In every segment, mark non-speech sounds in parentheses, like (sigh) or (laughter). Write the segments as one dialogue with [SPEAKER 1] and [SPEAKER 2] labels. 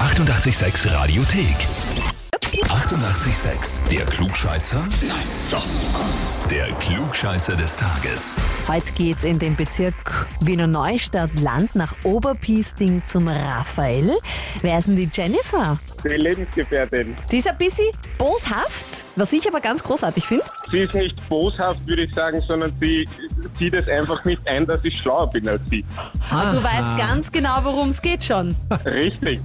[SPEAKER 1] 886 Radiothek. 88,6. Der Klugscheißer? Nein, doch. Der Klugscheißer des Tages.
[SPEAKER 2] Heute geht's in den Bezirk Wiener Neustadt Land nach Oberpiesting zum Raphael. Wer ist denn die Jennifer?
[SPEAKER 3] Die Lebensgefährtin.
[SPEAKER 2] Die ist ein bisschen boshaft, was ich aber ganz großartig finde.
[SPEAKER 3] Sie ist nicht boshaft, würde ich sagen, sondern sie sieht es einfach nicht ein, dass ich schlauer bin als
[SPEAKER 2] (laughs)
[SPEAKER 3] sie.
[SPEAKER 2] Du weißt ganz genau, worum es geht schon.
[SPEAKER 3] Richtig.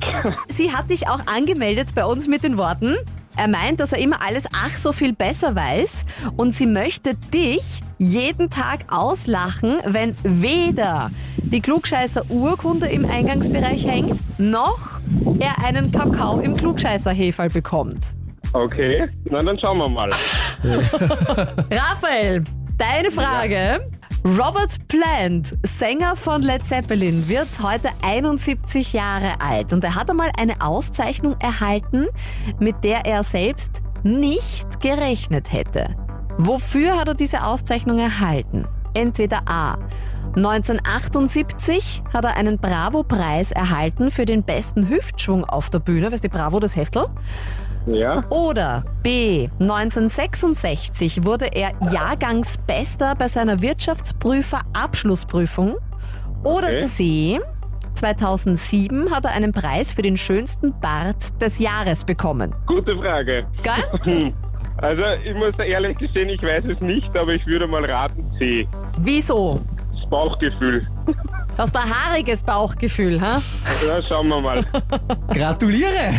[SPEAKER 2] Sie hat dich auch angemeldet bei uns mit den Worten. Er meint, dass er immer alles ach so viel besser weiß und sie möchte dich jeden Tag auslachen, wenn weder die Klugscheißer Urkunde im Eingangsbereich hängt, noch er einen Kakao im Klugscheißer Heferl bekommt.
[SPEAKER 3] Okay, na dann schauen wir mal.
[SPEAKER 2] Raphael, deine Frage. Robert Plant, Sänger von Led Zeppelin, wird heute 71 Jahre alt und er hat einmal eine Auszeichnung erhalten, mit der er selbst nicht gerechnet hätte. Wofür hat er diese Auszeichnung erhalten? Entweder A. 1978 hat er einen Bravo-Preis erhalten für den besten Hüftschwung auf der Bühne, weißt du, Bravo, das Heftel?
[SPEAKER 3] Ja,
[SPEAKER 2] Oder B. 1966 wurde er Jahrgangsbester bei seiner Wirtschaftsprüfer-Abschlussprüfung. Oder
[SPEAKER 3] Okay.
[SPEAKER 2] C. 2007 hat er einen Preis für den schönsten Bart des Jahres bekommen.
[SPEAKER 3] gute Frage.
[SPEAKER 2] Geil?
[SPEAKER 3] (laughs) Hm. Also, ich muss da ehrlich gestehen, ich weiß es nicht, aber ich würde mal raten, C.
[SPEAKER 2] Wieso?
[SPEAKER 3] Das Bauchgefühl.
[SPEAKER 2] Hast ein haariges Bauchgefühl, ha?
[SPEAKER 3] Ja, schauen wir mal.
[SPEAKER 4] Gratuliere!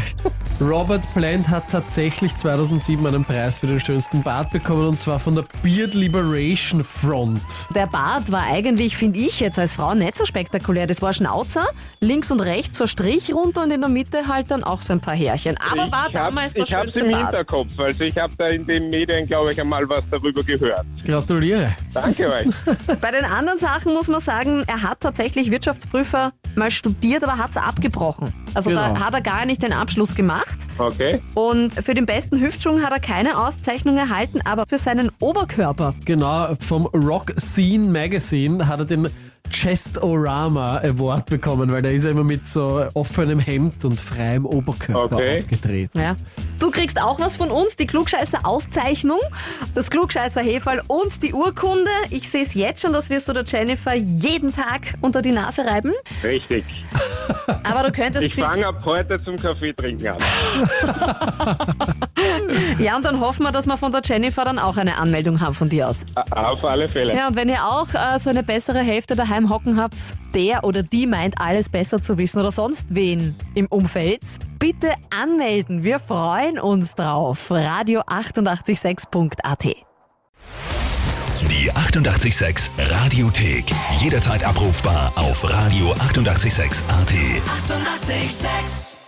[SPEAKER 4] Robert Plant hat tatsächlich 2007 einen Preis für den schönsten Bart bekommen und zwar von der Beard Liberation Front.
[SPEAKER 2] Der Bart war eigentlich, finde ich jetzt als Frau, nicht so spektakulär. Das war Schnauzer, links und rechts so ein Strich runter und in der Mitte halt dann auch so ein paar Härchen. (laughs) Aber war
[SPEAKER 3] ich hab-
[SPEAKER 2] damals der
[SPEAKER 3] ich habe es
[SPEAKER 2] schönste
[SPEAKER 3] im
[SPEAKER 2] Bart.
[SPEAKER 3] Hinterkopf. Also, ich habe da in den Medien, glaube ich, einmal was darüber gehört.
[SPEAKER 4] Gratuliere!
[SPEAKER 3] Danke
[SPEAKER 2] (laughs)
[SPEAKER 3] euch.
[SPEAKER 2] Bei den anderen Sachen muss man sagen, er hat tatsächlich Wirtschaftsprüfer mal studiert, aber hat es abgebrochen. Also da
[SPEAKER 4] Genau.
[SPEAKER 2] hat er gar nicht den Abschluss gemacht.
[SPEAKER 3] Okay.
[SPEAKER 2] Und für den besten Hüftschwung hat er keine Auszeichnung erhalten, aber für seinen Oberkörper.
[SPEAKER 4] Genau, vom Rock Scene Magazine hat er den Chest-O-Rama Award bekommen, weil der ist ja immer mit so offenem Hemd und freiem Oberkörper
[SPEAKER 3] Okay.
[SPEAKER 4] aufgetreten.
[SPEAKER 2] Ja. Du kriegst auch was von uns, die Klugscheißer-Auszeichnung, das Klugscheißer-Heferl und die Urkunde. Ich sehe es jetzt schon, dass wir so der Jennifer jeden Tag unter die Nase reiben.
[SPEAKER 3] Richtig.
[SPEAKER 2] Aber du könntest
[SPEAKER 3] Ich
[SPEAKER 2] sie...
[SPEAKER 3] fange ab heute zum Kaffee trinken an.
[SPEAKER 2] Ja, und dann hoffen wir, dass wir von der Jennifer dann auch eine Anmeldung haben von dir aus.
[SPEAKER 3] Auf alle Fälle.
[SPEAKER 2] Ja, und wenn ihr auch äh, so eine bessere Hälfte daheim hocken habt, der oder die meint, alles besser zu wissen oder sonst wen im Umfeld, bitte anmelden. Wir freuen uns drauf. Radio 886.at.
[SPEAKER 1] Die 88,6 Radiothek. Jederzeit abrufbar auf radio886.at. 88,6.
[SPEAKER 5] Eighty-eight, sex.